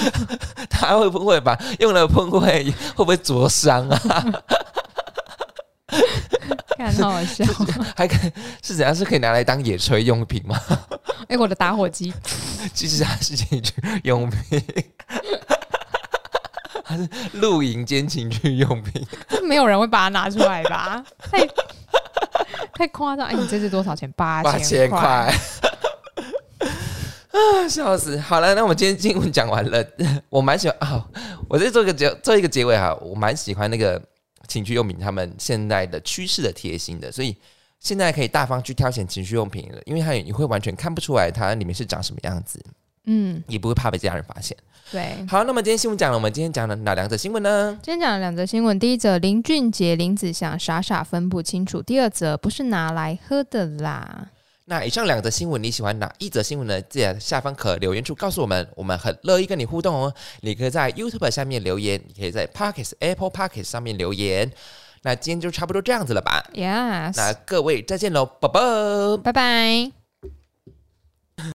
Speaker 2: 他会不会把用了碰会会不会灼伤 啊？
Speaker 1: 看好好笑。
Speaker 2: 还可以是怎样？是可以拿来当野炊用品吗？
Speaker 1: 哎、我的打火机，
Speaker 2: 其实它是情趣 用品， 它是露营兼情趣用品。
Speaker 1: 没有人会把它拿出来吧？太 太夸张！哎、你这是多少钱？八
Speaker 2: 八千
Speaker 1: 千
Speaker 2: 块。
Speaker 1: 块。
Speaker 2: 啊，笑死！好了，那我们今天新闻讲完了， 我蛮喜欢啊、我再做一个结做一个结尾哈，我蛮喜欢那个情趣用品他们现在的趋势的贴心的，所以现在可以大方去挑选情趣用品了，因为它也你会完全看不出来它里面是长什么样子，
Speaker 1: 嗯，
Speaker 2: 也不会怕被家人发现。
Speaker 1: 对。
Speaker 2: 好，那么今天新闻讲了，我们今天讲了哪两则新闻呢？
Speaker 1: 今天讲了两则新闻，第一则林俊杰、林子祥傻傻分不清楚，第二则不是拿来喝的啦。
Speaker 2: 那以上两则新闻，你喜欢哪一则新闻呢？记得下方可留言处告诉我们，我们很乐意跟你互动哦。你可以在 YouTube 下面留言，你可以在 Pockets Apple Pockets 上面留言。那今天就差不多这样子了吧？那
Speaker 1: Yes，
Speaker 2: 各位再见喽，拜拜。
Speaker 1: 拜拜。